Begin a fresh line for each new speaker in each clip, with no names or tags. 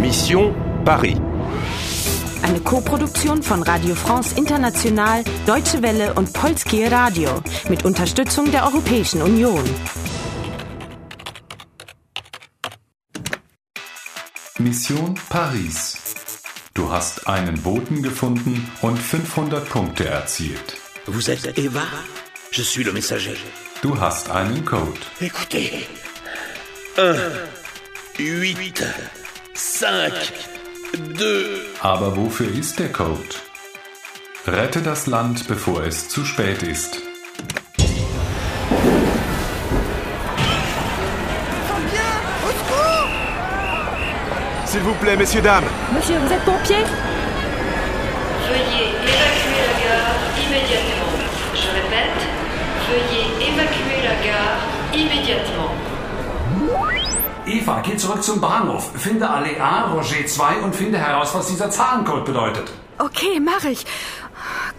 Mission Paris.
Eine Koproduktion von Radio France International, Deutsche Welle und Polskie Radio mit Unterstützung der Europäischen Union.
Mission Paris. Du hast einen Boten gefunden und 500 Punkte erzielt.
Vous êtes Eva Je suis le messager.
Du hast einen Code.
Écoutez. 1, 8, 5, 2.
Aber wofür ist der Code? Rette das Land, bevor es zu spät ist.
S'il vous plaît, messieurs, dames.
Monsieur, vous êtes pompier
Veuillez évacuer la gare immédiatement. Je répète, veuillez évacuer la gare immédiatement.
Eva, geh zurück zum Bahnhof, finde Allee A, Roger 2 und finde heraus, was dieser Zahlencode bedeutet.
Okay, mache ich.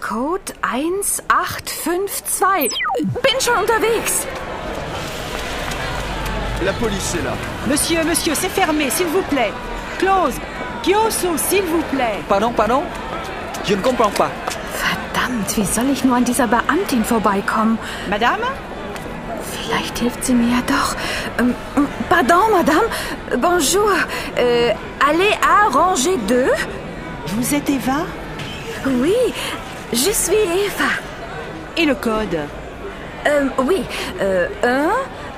Code 1852. Bin schon unterwegs.
La police est là.
Monsieur, monsieur, c'est fermé, s'il vous plaît. Close. Kyosu, s'il vous plaît.
Pardon, pardon Je ne comprends pas.
Verdammt, wie soll ich nur an dieser Beamtin vorbeikommen?
Madame
Vielleicht hilft sie mir ja doch. Ähm, ähm, pardon, Madame. Bonjour. Euh, allez à rangée 2
Vous êtes Eva
Oui, je suis Eva.
Et le code
Euh, oui, euh, 1,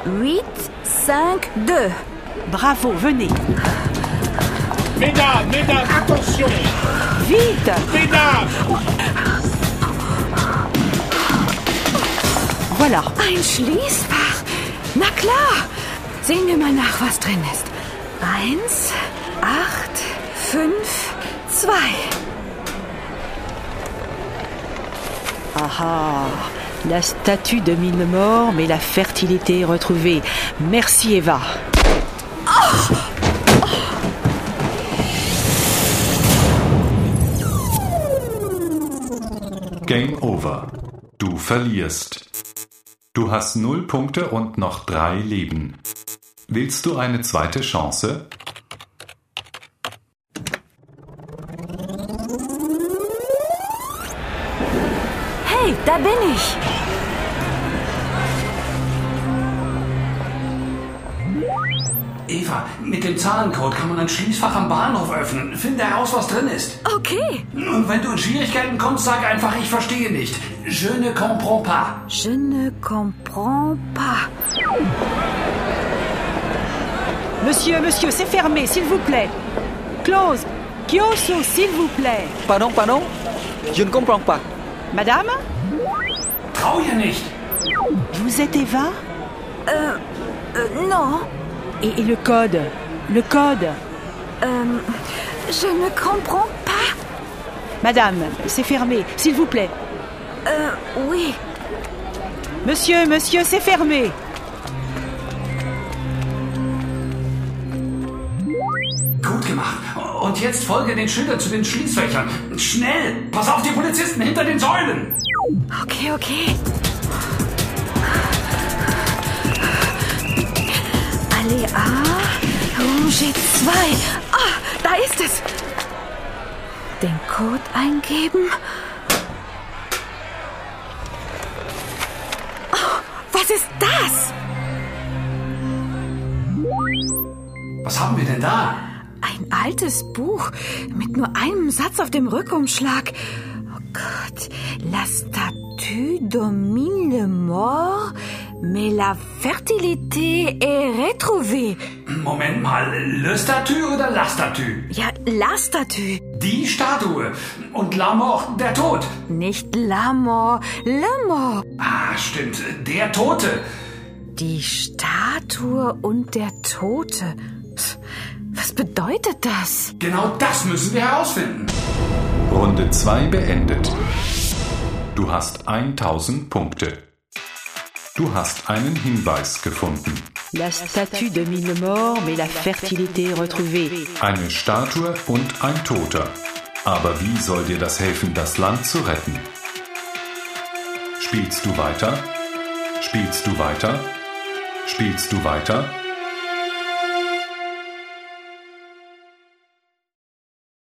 8, 5, 2.
Bravo, venez.
Mesdames, mesdames, attention
Vite
Mesdames
Voilà.
Ein Schließfach. Na klar. Sehen wir mal nach, was drin ist. Eins, acht, fünf, zwei.
Ah, la statue de mille morts, mais la fertilité est retrouvée. Merci Eva.
Game over. Du verlierst. Du hast 0 Punkte und noch 3 Leben. Willst du eine zweite Chance?
Hey, da bin ich.
Eva, mit dem Zahlencode kann man ein Schließfach am Bahnhof öffnen. Finde heraus, was drin ist.
Okay.
Und wenn du in Schwierigkeiten kommst, sag einfach, ich verstehe nicht. Je ne comprends pas.
Je ne comprends pas.
Monsieur, monsieur, c'est fermé, s'il vous plaît. Close. Kyosu, s'il vous plaît.
Pardon, pardon Je ne comprends pas.
Madame
Trau ihr nicht.
Vous êtes Eva
Euh, euh, non.
et, et le code Le code
Euh, je ne comprends pas.
Madame, c'est fermé, s'il vous plaît.
Euh, oui.
Monsieur, monsieur, c'est fermé.
Gut gemacht. Und jetzt folge den Schildern zu den Schließfächern. Schnell! Pass auf die Polizisten hinter den Säulen!
Okay, okay. Allee A, Rouge 2. Ah, da ist es. Den Code eingeben. Oh, was ist das?
Was haben wir denn da?
Ein altes Buch mit nur einem Satz auf dem Rückumschlag. Oh Gott, la statue domine le mort, mais la fertilité est retrouvée.
Moment mal, Le Statue oder La Statue?
Ja, la statue,
Die Statue. Und La Mort, der Tod.
nicht la mort, le mort.
Ah, stimmt, der Tote.
Die Statue und der Tote. Pff, Was bedeutet das?
Genau das müssen wir herausfinden.
Runde 2 beendet. Du hast 1000 Punkte. Du hast einen Hinweis gefunden.
La statue de mille morts, mais la fertilité est retrouvée.
Eine Statue und ein Toter. Aber wie soll dir das helfen, das Land zu retten? Spielst du weiter? Spielst du weiter? Spielst du weiter?